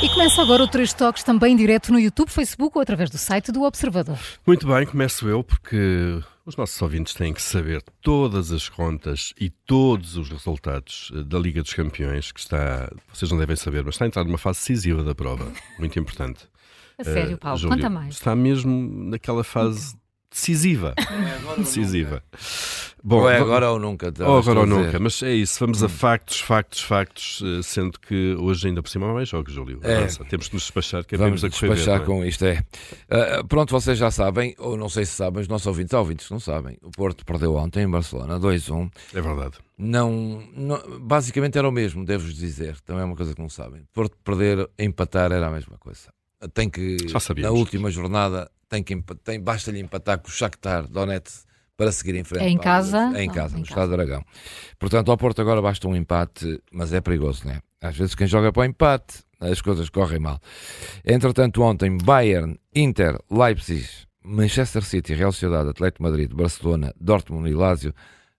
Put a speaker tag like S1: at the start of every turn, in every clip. S1: E começa agora o Três Toques também direto no YouTube, Facebook ou através do site do Observador.
S2: Muito bem, começo eu porque os nossos ouvintes têm que saber todas as contas e todos os resultados eh, da Liga dos Campeões, que está, vocês não devem saber, mas está a entrar numa fase decisiva da prova, muito importante.
S3: Eh,
S2: Eh,
S1: A sério, Paulo,
S2: Júlio,
S1: conta mais. Então.
S2: Está mesmo naquela fase decisiva. decisiva. Bom,
S3: Ou é
S2: va-
S3: agora ou nunca. tá?
S2: ou agora
S3: Estou
S2: ou
S3: a dizer. Hum.
S2: nunca, mas é isso, vamos a factos, factos, factos, eh, sendo que hoje ainda por cima há mais jogos, Júlio.
S3: É.
S2: Avança, Temos que nos despachar, que é
S3: Vamos
S2: abrimos a correr.
S3: despachar com isto, é. Ah, pronto, vocês já sabem, ou não sei se sabem, os nossos ouvintes, há ouvintes que não sabem. O Porto perdeu ontem em Barcelona, 2-1.
S2: É verdade.
S3: Não, não- basicamente era o mesmo, devo-vos dizer. Também é uma coisa que não sabem. Porto perder, empatar era a mesma coisa. Tem que,
S2: Já sabíamos.
S3: na última jornada, tem que empa- tem, basta-lhe empatar com o Shakhtar Donetsk para seguir em frente.
S1: É em
S3: para a Liga
S1: casa?
S3: dos- É em
S1: Ah,
S3: casa,
S1: em
S3: no
S1: casa.
S3: Estado de Aragão. Portanto, ao Porto agora basta um empate, mas é perigoso, não é? Às vezes quem joga para o empate, as coisas correm mal. Entretanto, ontem, Bayern, Inter, Leipzig, Manchester City, Real Sociedade, Atlético de Madrid, Barcelona, Dortmund e Lazio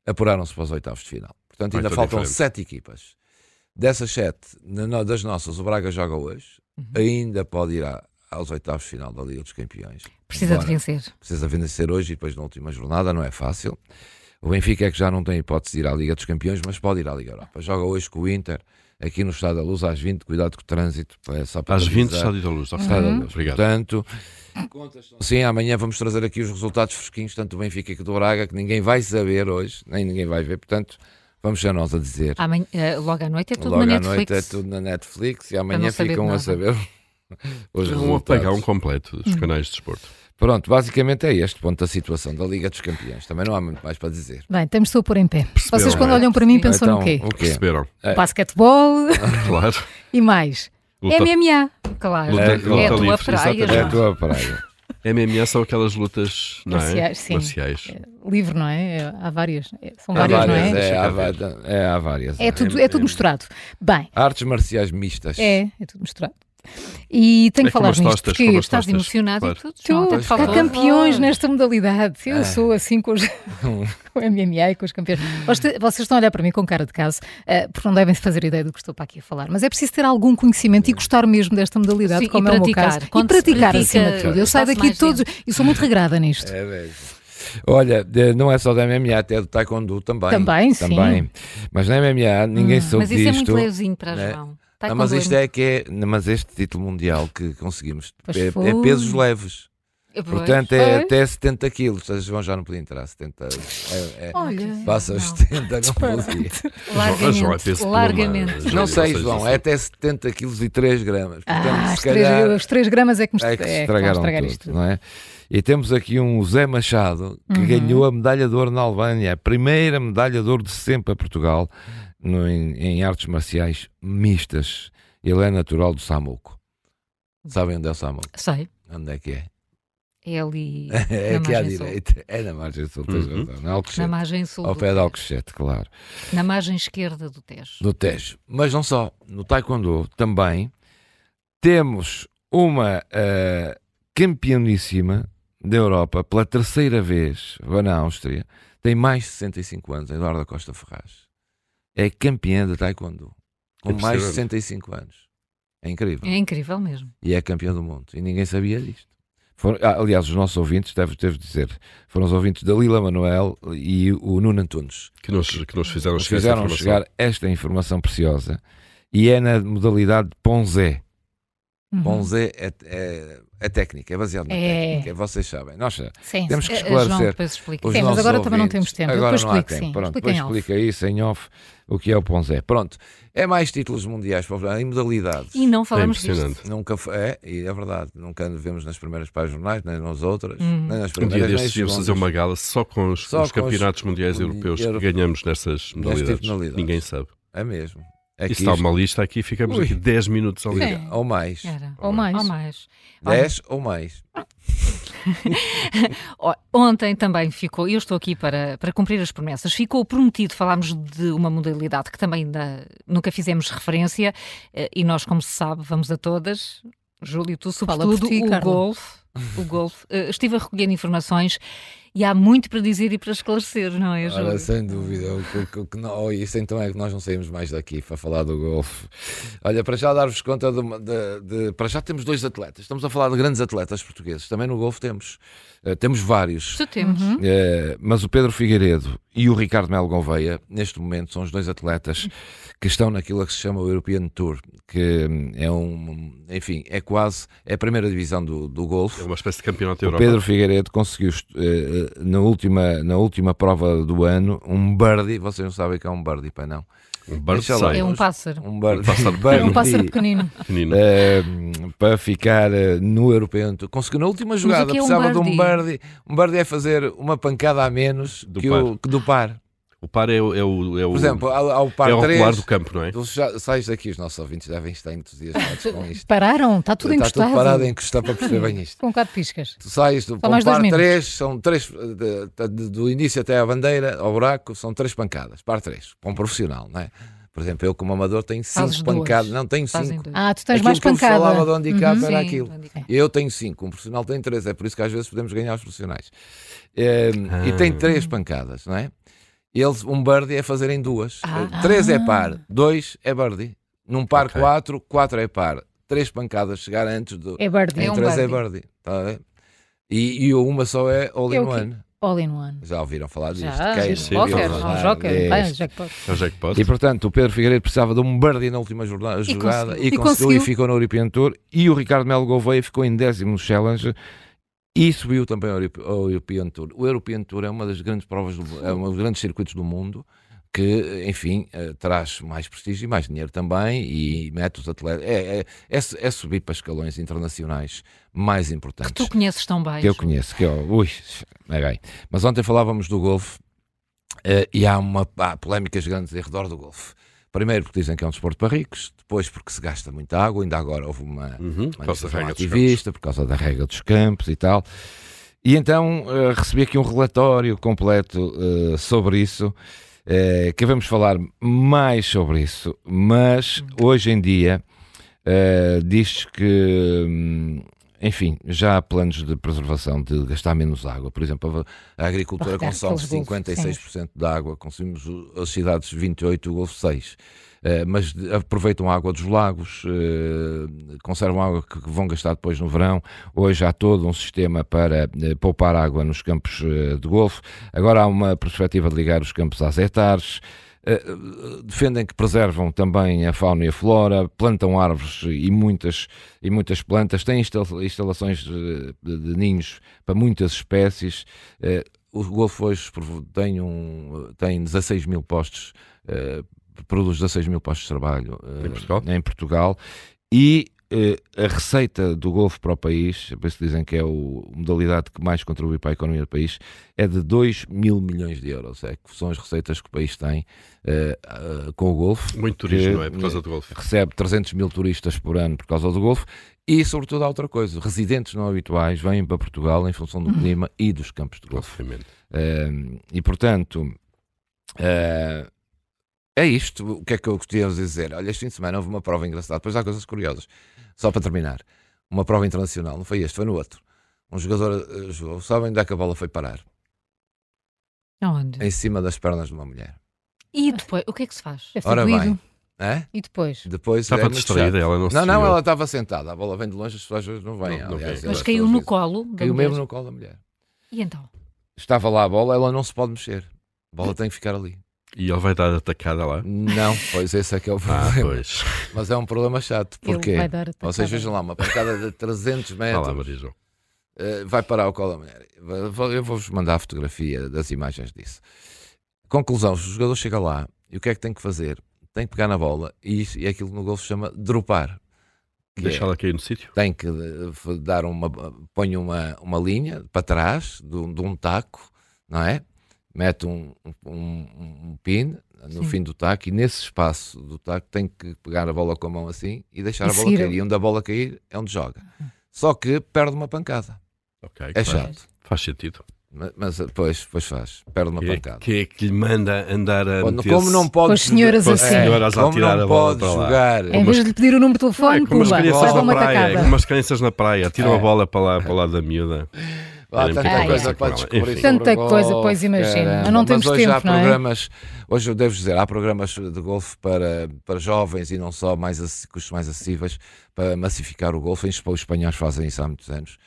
S3: apuraram-se para os oitavos de final. Portanto,
S2: Vai
S3: ainda
S2: tudo
S3: faltam
S2: em frente.
S3: sete equipas. Dessas sete, na no- das nossas, o Braga joga hoje,
S2: Uhum.
S3: ainda pode ir à- aos oitavos de final da Liga dos Campeões.
S1: Precisa de
S3: Embora-
S1: vencer.
S3: precisa vencer hoje e depois na última jornada, não é fácil. O Benfica é que já não tem hipótese de ir à Liga dos Campeões, mas pode ir à Liga Europa. Joga hoje com o Inter, aqui no Estado da Luz, às 20, cuidado com o trânsito. É só para
S2: Às 20
S3: avisar.
S2: está dito a luz. ok.
S3: Estado da Luz.
S2: Obrigado.
S3: Portanto, sim, amanhã vamos trazer aqui os resultados fresquinhos, tanto do Benfica que do Braga, que ninguém vai saber hoje, nem ninguém vai ver. Portanto, vamos ser nós a dizer.
S1: Amanhã, eh, logo à noite é tudo
S3: Logo à
S1: na
S3: noite
S1: Netflix.
S3: é tudo na Netflix e
S1: Para
S3: amanhã
S1: não saber de
S3: ficam
S1: nada.
S3: a saber os
S2: Um apagão
S3: resultados.
S2: completo dos
S4: Hum.
S2: canais de desporto.
S3: Pronto, basicamente é este ponto da situação da Liga dos Campeões. Também não há muito mais para dizer. Então,
S1: Bem, temos só a pôr em pé. Vocês quando
S2: não é?
S1: olham para mim pensam no quê?
S3: o quê?
S2: Perceberam?
S3: É.
S1: Basquetebol
S2: Claro.
S4: É
S1: e mais.
S2: Luta-
S1: MMA, claro.
S2: Luta-
S1: é
S2: luta
S1: a tua
S2: livre,
S1: praia.
S2: exatamente.
S3: É
S1: João.
S3: a tua praia.
S2: MMA são aquelas lutas não é?
S1: Marciais, sim.
S2: Marciais.
S1: Livre, não é? É, Há várias. É, São
S3: Há
S1: várias,
S3: várias,
S1: não é?
S3: é, há va- é, há várias.
S1: É, tudo, é tudo misturado. Bem,
S3: Artes marciais mistas.
S1: é, é tudo misturado. E tenho
S2: É
S1: que falar
S2: como as
S1: nisto
S2: tostas,
S1: porque
S2: como as
S1: estás
S2: tostas,
S1: emocionado
S2: claro.
S1: e tudo.
S4: Tu,
S1: João, até te
S3: pois,
S1: falta
S3: claro.
S1: campeões
S4: Ah.
S1: nesta modalidade. Eu sou assim com os com o MMA e com os campeões. Vocês vocês estão a olhar para mim com cara de caso, eh, porque não devem fazer ideia do que estou para aqui a falar. Mas é preciso ter algum conhecimento e gostar mesmo desta modalidade,
S4: Sim, e
S1: como é o meu
S4: praticar.
S1: caso. E
S4: Quando se
S1: praticar
S4: pratica,
S1: acima de tudo. Eu saio
S4: está-se
S1: daqui
S4: mais
S1: todos e sou muito regrada nisto.
S3: É mesmo. Olha, de- não é só da MMA, até do Taekwondo também.
S1: Também, sim.
S3: É, Também. Mas na MMA ninguém soube
S4: Mas isso é muito tá
S3: disto.
S4: levezinho para
S3: né?
S4: João.
S3: Não, mas isto é que é, mas este título mundial que conseguimos
S1: Pois
S3: é,
S1: foi.
S3: é pesos leves.
S4: é,
S3: Portanto, é
S1: Pois.
S3: até 70 quilos. Vocês vão já não podia entrar a 70. É, é,
S1: Olha.
S3: passa os
S4: não.
S3: 70, não podia. ah,
S2: João- João é peso
S4: largamente.
S2: de pluma.
S4: largamente.
S2: João,
S3: Não sei,
S2: vocês
S3: João,
S2: dizem.
S3: é até 70 quilos e 3 gramas. Portanto,
S1: Ah, os
S3: se
S1: três,
S3: calhar
S1: os três gramas é que me
S3: é que se
S1: é que vão
S3: estragaram
S1: estragar
S3: tudo,
S1: isto. tudo.
S3: não é? E temos aqui um Zé Machado
S4: Uhum.
S3: que ganhou a medalha de ouro na Albânia, a primeira medalha de ouro de sempre a Portugal no- em, em artes marciais mistas. Ele é natural do Samuco. Sabem onde é o Samuco?
S4: Sei.
S3: Onde é que é?
S4: É ali
S3: É
S4: Na
S3: aqui à
S4: margem sul.
S3: direita. É na margem sul, tens
S2: Uhum.
S3: razão. Na Alcochete.
S4: na margem sul.
S3: Ao
S4: do
S3: pé de
S4: Tejo.
S3: Alcochete, claro.
S4: Na margem esquerda do Tejo.
S3: do Tejo. Mas não só, no Taekwondo também temos uma eh, campeoníssima da Europa pela terceira vez, vai na Áustria, tem mais de 65 anos, a Eduarda Costa Ferraz. É campeã de Taekwondo, com mais de 65 anos. É incrível.
S4: É incrível mesmo.
S3: E é campeã do mundo. E ninguém sabia disto. Foram- ah, aliás, os nossos ouvintes, devo, devo dizer, foram os ouvintes da Lila Manuel e o Nuno Antunes
S2: Que nos, que nos fizeram
S3: nos
S2: chegar.
S3: fizeram
S2: essa
S3: chegar
S2: informação.
S3: esta informação preciosa e é na modalidade de Ponzé.
S1: Uhum.
S3: Ponzé é, é, é técnica, é baseado na
S1: É.
S3: técnica, vocês sabem. Nós
S1: Sim,
S3: temos
S1: sim.
S3: que
S4: Eh, eh, João,
S3: esclarecer.
S4: depois explica.
S3: Os
S1: Sim, mas
S3: nossos
S1: agora também não
S3: ouvintes.
S1: temos tempo. Eu
S3: Agora
S1: depois
S3: não há
S1: explico,
S3: tempo.
S1: sim.
S3: Pronto,
S1: Explica
S3: depois
S1: em off.
S3: explica isso em off o que é o Ponzé. Pronto, é mais títulos mundiais para em modalidades.
S4: E não falamos
S2: é
S4: disto.
S2: impressionante.
S3: Nunca foi, é, e é verdade, nunca vemos nas primeiras páginas dos jornais, nem nas outras,
S1: Uhum.
S4: Hum.
S3: nem nas
S2: Um dia
S3: primeiras.
S2: destes
S3: nem
S2: íamos
S3: nas
S2: fazer
S3: segundas.
S2: uma gala só com os,
S3: Só
S2: os
S3: com os
S2: campeonatos mundiais
S3: mundi-
S2: europeus que
S3: europeus.
S2: ganhamos nestas modalidades.
S3: modalidades.
S2: Ninguém sabe.
S3: É mesmo. Aqui
S2: Isso está uma lista aqui, ficamos
S3: Ui.
S2: aqui 10 minutos ali.
S4: Sim.
S3: Ou mais.
S4: Era.
S1: Ou mais.
S4: Ou mais. Olha,
S3: 10 ou mais.
S4: o- Ontem também ficou, eu estou aqui para, para cumprir as promessas, ficou prometido falarmos de uma modalidade que também ainda nunca fizemos referência eh, e nós, como se sabe, vamos a todas. Júlio, tu
S1: Fala
S4: sobretudo,
S1: por ti,
S4: o
S1: Carla.
S4: golfe. O golfe. Eh, estive a recolher informações e há muito para dizer e para esclarecer, não é, Júlio?
S3: Ora, sem dúvida. O, que- o que- o que não- oh, isso então é que nós não saímos mais daqui para falar do golfe. Olha, para já dar-vos conta de, uma- de- de- Para já temos dois atletas. Estamos a falar de grandes atletas portugueses. Também no golfe temos. eh, temos vários.
S4: Isto temos.
S1: Uhum.
S3: Eh, mas o Pedro Figueiredo e o Ricardo Melo Gouveia, neste momento, são os dois atletas que estão naquilo que se chama o European Tour, que hum, é um, enfim, é quase é a primeira divisão do, do
S2: É
S3: golfe.
S2: uma espécie de campeonato da
S3: O
S2: Europa.
S3: Pedro Figueiredo conseguiu est- eh, eh, na última, na última prova do ano um birdie. Vocês não sabem o que é um birdie, para não?
S2: um bar de
S3: Deixa lá.
S2: saia,
S4: É um
S3: Nós-
S4: pássaro.
S3: Um birdie.
S2: pássaro
S1: É um
S2: pequeno.
S1: pássaro pequenino.
S2: pequenino.
S3: Eh, para ficar eh, no European Tour. Conseguiu na última jogada,
S4: que é um
S3: precisava de um
S4: birdie?
S3: birdie. Um birdie é fazer uma pancada a menos
S2: Do
S3: que o- que do par.
S2: O par é, o- é o. É o
S3: Por exemplo, ao, ao par
S2: é o regular
S3: 3,
S2: do campo, não é?
S3: tu já sais daqui, os nossos ouvintes devem estar entusiasmados com isto.
S1: Pararam, está tudo
S3: Está
S1: encostado.
S3: tudo parado a encostar para perceber bem isto.
S1: Com um bocado de piscas.
S3: Tu sais do para o
S1: mais dois
S3: par
S1: minutos.
S3: 3, são três eh, de- de- do início até à bandeira, ao buraco, são três pancadas. Par 3, para um profissional, não é? Por exemplo, eu como amador tenho
S4: Fazes
S3: cinco
S4: duas.
S3: pancadas, não tenho
S4: Fazem
S3: cinco.
S4: dois.
S1: Ah, tu tens
S3: aquilo
S1: mais
S3: que eu vos falava
S1: pancada.
S3: do handicap
S1: Uhum.
S3: era
S4: Sim,
S3: aquilo.
S4: do handicap.
S3: Eu tenho cinco, um profissional tem três, é por isso que às vezes podemos ganhar os profissionais. Eh, E
S2: Ah.
S3: tem três pancadas, não é? Eles, um birdie é fazer em duas.
S4: Ah.
S3: Eh, Três é par, dois é birdie. Num par
S2: Ok.
S3: quatro, quatro é par. Três pancadas chegar antes do.
S1: É birdie.
S3: em
S4: É um
S3: três é
S4: birdie.
S3: birdie. Tá a ver? E, e uma só é all
S1: É
S3: in
S1: o quê?
S3: one.
S1: All in one.
S3: Já ouviram falar disto?
S4: Já,
S1: é
S5: é
S1: um
S3: Quem
S2: sim,
S3: não ouviu
S2: poker,
S3: falar
S4: não, joker,
S3: disto?
S1: Ah, jackpot.
S2: É o jackpot.
S3: E portanto, o Pedro Figueiredo precisava de um birdie na última jornada, jogada
S4: conseguiu.
S3: e,
S1: E
S3: conseguiu,
S1: conseguiu.
S3: e ficou no European Tour. E o Ricardo Melo Gouveia ficou em décimo no Challenge e subiu também ao Europe- ao European Tour. O European Tour é uma das grandes provas, do, é um dos grandes circuitos do mundo que, enfim, eh, traz mais prestígio e mais dinheiro também e mete os atletas. É, é, é su- é subir para escalões internacionais mais importantes
S4: Que tu conheces tão bem.
S3: que eu
S4: Júlio.
S3: conheço, que eu, ui, é bem. Mas ontem falávamos do golfe eh, e há, uma, há polémicas grandes em redor do golfe. Primeiro porque dizem que é um desporto para ricos, depois porque se gasta muita água, ainda agora houve uma
S2: Uhum. Calça
S3: manifestação
S2: regra dos campos.
S3: ativista por causa da regra dos campos e tal. E então eh, recebi aqui um relatório completo eh, sobre isso, eh, que vamos falar mais sobre isso, mas hoje em dia eh, diz que, hum, enfim, já há planos de preservação de gastar menos água. Por exemplo, a, a agricultura
S1: Para regar
S3: consome
S1: aqueles golfos,
S3: 56% da água, consumimos o- as cidades 28, o Golfo 6. Eh, mas de- aproveitam a água dos lagos, eh, conservam água que que vão gastar depois no verão. Hoje há todo um sistema para eh, poupar água nos campos eh, de golfe. Agora há uma perspectiva de ligar os campos às hectares. Eh, eh, defendem que preservam também a fauna e a flora, plantam árvores e muitas, e muitas plantas, têm instala- instalações eh, de, de ninhos para muitas espécies. Eh, o Golfo hoje provo- tem, um, tem 16 mil postos, eh, produz 16 mil postos de trabalho eh,
S2: Em Portugal?
S3: em Portugal. e eh, a receita do Golfo para o país, por isso dizem que é o- a modalidade que mais contribui para a economia do país, é de 2 mil milhões de euros. É que são as receitas que o país tem eh, ah, com o Golfo.
S2: Muito turismo,
S3: que-
S2: não é? Por causa do golfe.
S3: Recebe 300 mil turistas por ano por causa do Golfo. E, sobretudo, há outra coisa: residentes não habituais vêm para Portugal em função do clima e dos campos de Golfo.
S2: Obviamente.
S3: Eh, e, portanto, eh, é isto. O que é que eu gostaria de dizer? Olha, este fim de semana houve uma prova engraçada. Depois há coisas curiosas. Só para terminar, uma prova internacional. Não foi este, foi no outro. Um jogador eh, jogou. Sabem onde é que a bola foi parar?
S4: Onde?
S3: Em cima das pernas de uma mulher.
S4: E depois, o que é que se faz?
S1: Deve ter
S3: Ora
S1: doído.
S3: bem. Hã?
S1: E depois?
S3: Depois é
S2: Estava
S3: muito chato.
S2: distraída, ela não se
S3: Não, não,
S2: viu.
S3: ela estava sentada. A bola vem de longe, as pessoas não vêm.
S2: Não, não
S3: aliás,
S2: vêm.
S3: as
S4: Mas caiu
S3: pessoas
S4: no
S3: dizem-
S4: colo da
S3: Caiu
S4: mulher.
S3: mesmo no colo da mulher.
S4: E então?
S3: Estava lá a bola, ela não se pode mexer. A bola tem que ficar ali.
S2: E ela vai dar atacada lá.
S3: Não, pois esse é que é o
S2: Ah,
S3: problema.
S2: pois.
S3: Mas é um problema chato. Porquê?
S1: Ele vai dar atacada.
S3: Vocês vejam lá, uma pancada de 300
S2: Vá lá,
S3: metros
S2: Maria João.
S3: eh, vai parar o colo da mulher. Eu vou- Eu vou-vos mandar a fotografia das imagens disso. Conclusão: o jogador chega lá e o que é que tem que fazer? Tem que pegar na bola e, isso, e aquilo no golfe se chama dropar. que é-
S2: Deixa ela cair no sítio.
S3: tem que eh, f- dar uma põe uma, uma linha para trás de, um- de um taco, não é? mete um, um, um pin no fim do taco e nesse espaço do taco tem que pegar a bola com a mão assim e deixar
S4: E
S3: a bola
S4: seguir.
S3: cair. E onde a bola cair é onde joga. Só que perde uma pancada.
S2: Ok,
S3: É
S2: claro.
S3: chato.
S2: Faz sentido.
S3: Ma- Mas depois, depois faz. Perde uma
S2: Quem é,
S3: pancada.
S2: quem é que lhe manda andar a
S3: Quando-
S2: meter-se
S3: como não
S4: Com as
S3: pode
S4: senhoras
S2: com
S3: jogar-
S2: as
S4: assim. É
S2: senhoras a
S3: como
S2: tirar
S3: não
S2: a bola
S3: pode
S2: para lá?
S3: jogar.
S5: é
S4: Em vez de lhe pedir o número de telefone,
S2: É, como as
S4: pumba,
S2: crianças
S4: leva
S2: na
S4: uma
S2: praia, é
S4: tacada.
S2: como as crianças na praia, tiram a
S3: É.
S2: bola para lá, para lá da miúda.
S3: Há
S2: Era
S3: tanta
S2: muita
S3: coisa
S2: com
S3: para
S2: ela.
S3: descobrir
S2: Enfim.
S3: sobre
S5: Tanta coisa,
S3: golfe,
S5: pois imagino.
S3: caramba.
S5: Não temos
S3: Mas hoje há
S5: tempo, não é?
S3: programas, hoje eu devo dizer, há programas de golfe para, para jovens e não só, mais, ac- custos mais acessíveis, para massificar o golfe. Os espanhóis fazem isso há muitos anos.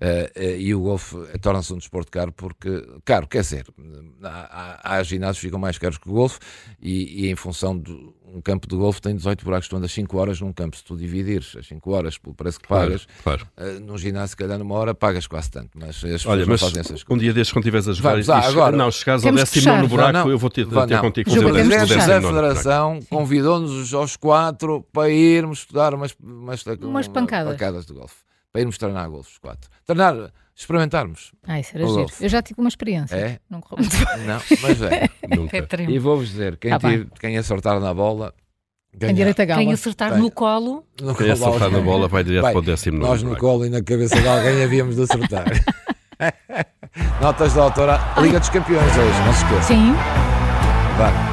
S3: Eh, eh, e o golfe torna-se um desporto caro porque, caro, quer dizer, hum, há, há- há ginásios que ficam mais caros que o golfe e, e em função de um campo de golfe tem 18 buracos, tu andas 5 horas num campo, se tu dividires as 5 horas pelo preço que pagas,
S2: Claro.
S3: Uh, num ginásio, se calhar numa hora, pagas quase tanto. Mas as pessoas
S2: Olha,
S3: não
S2: mas
S3: fazem essas
S2: um
S3: coisas.
S2: dia destes, quando tiveres a jogar
S3: Vamos,
S2: e
S3: ah,
S2: che-
S3: agora.
S2: não chegares ao
S5: Temos que
S2: décimo
S5: fechar.
S2: no buraco,
S3: Não, não.
S2: eu vou ter,
S3: Vá,
S2: ter
S3: não.
S2: contigo
S3: Os
S5: Juba,
S2: fazer o
S5: temos que
S2: décimo
S3: presidentes
S5: fechar.
S2: nono
S3: da
S2: buraco.
S3: Federação convidou-nos aos quatro para irmos estudar umas, umas,
S5: Umas pancadas.
S3: de golfe. Para irmos treinar golfe, os quatro. Treinar, experimentarmos.
S5: Ah, isso era
S3: Ou
S5: giro.
S3: golfe.
S5: Eu já tive uma experiência.
S3: É?
S5: Não correu muito bem.
S3: Não, mas é.
S4: É
S2: Nunca.
S4: tremendo.
S3: e vou-vos dizer, quem,
S5: Tá bem.
S3: tive- quem acertar na bola,
S5: Tem
S3: ganha.
S5: direito a gala.
S4: Quem acertar
S3: Bem.
S4: no colo,
S2: Quem
S3: No colo
S2: acertar na
S3: alguém.
S2: bola vai direto
S3: Bem,
S2: para o décimo nono
S3: Nós no
S2: buraco.
S3: colo e na cabeça de alguém havíamos de acertar. Notas da autora Liga dos Campeões hoje, não se esqueça.
S5: Sim.
S3: Vai.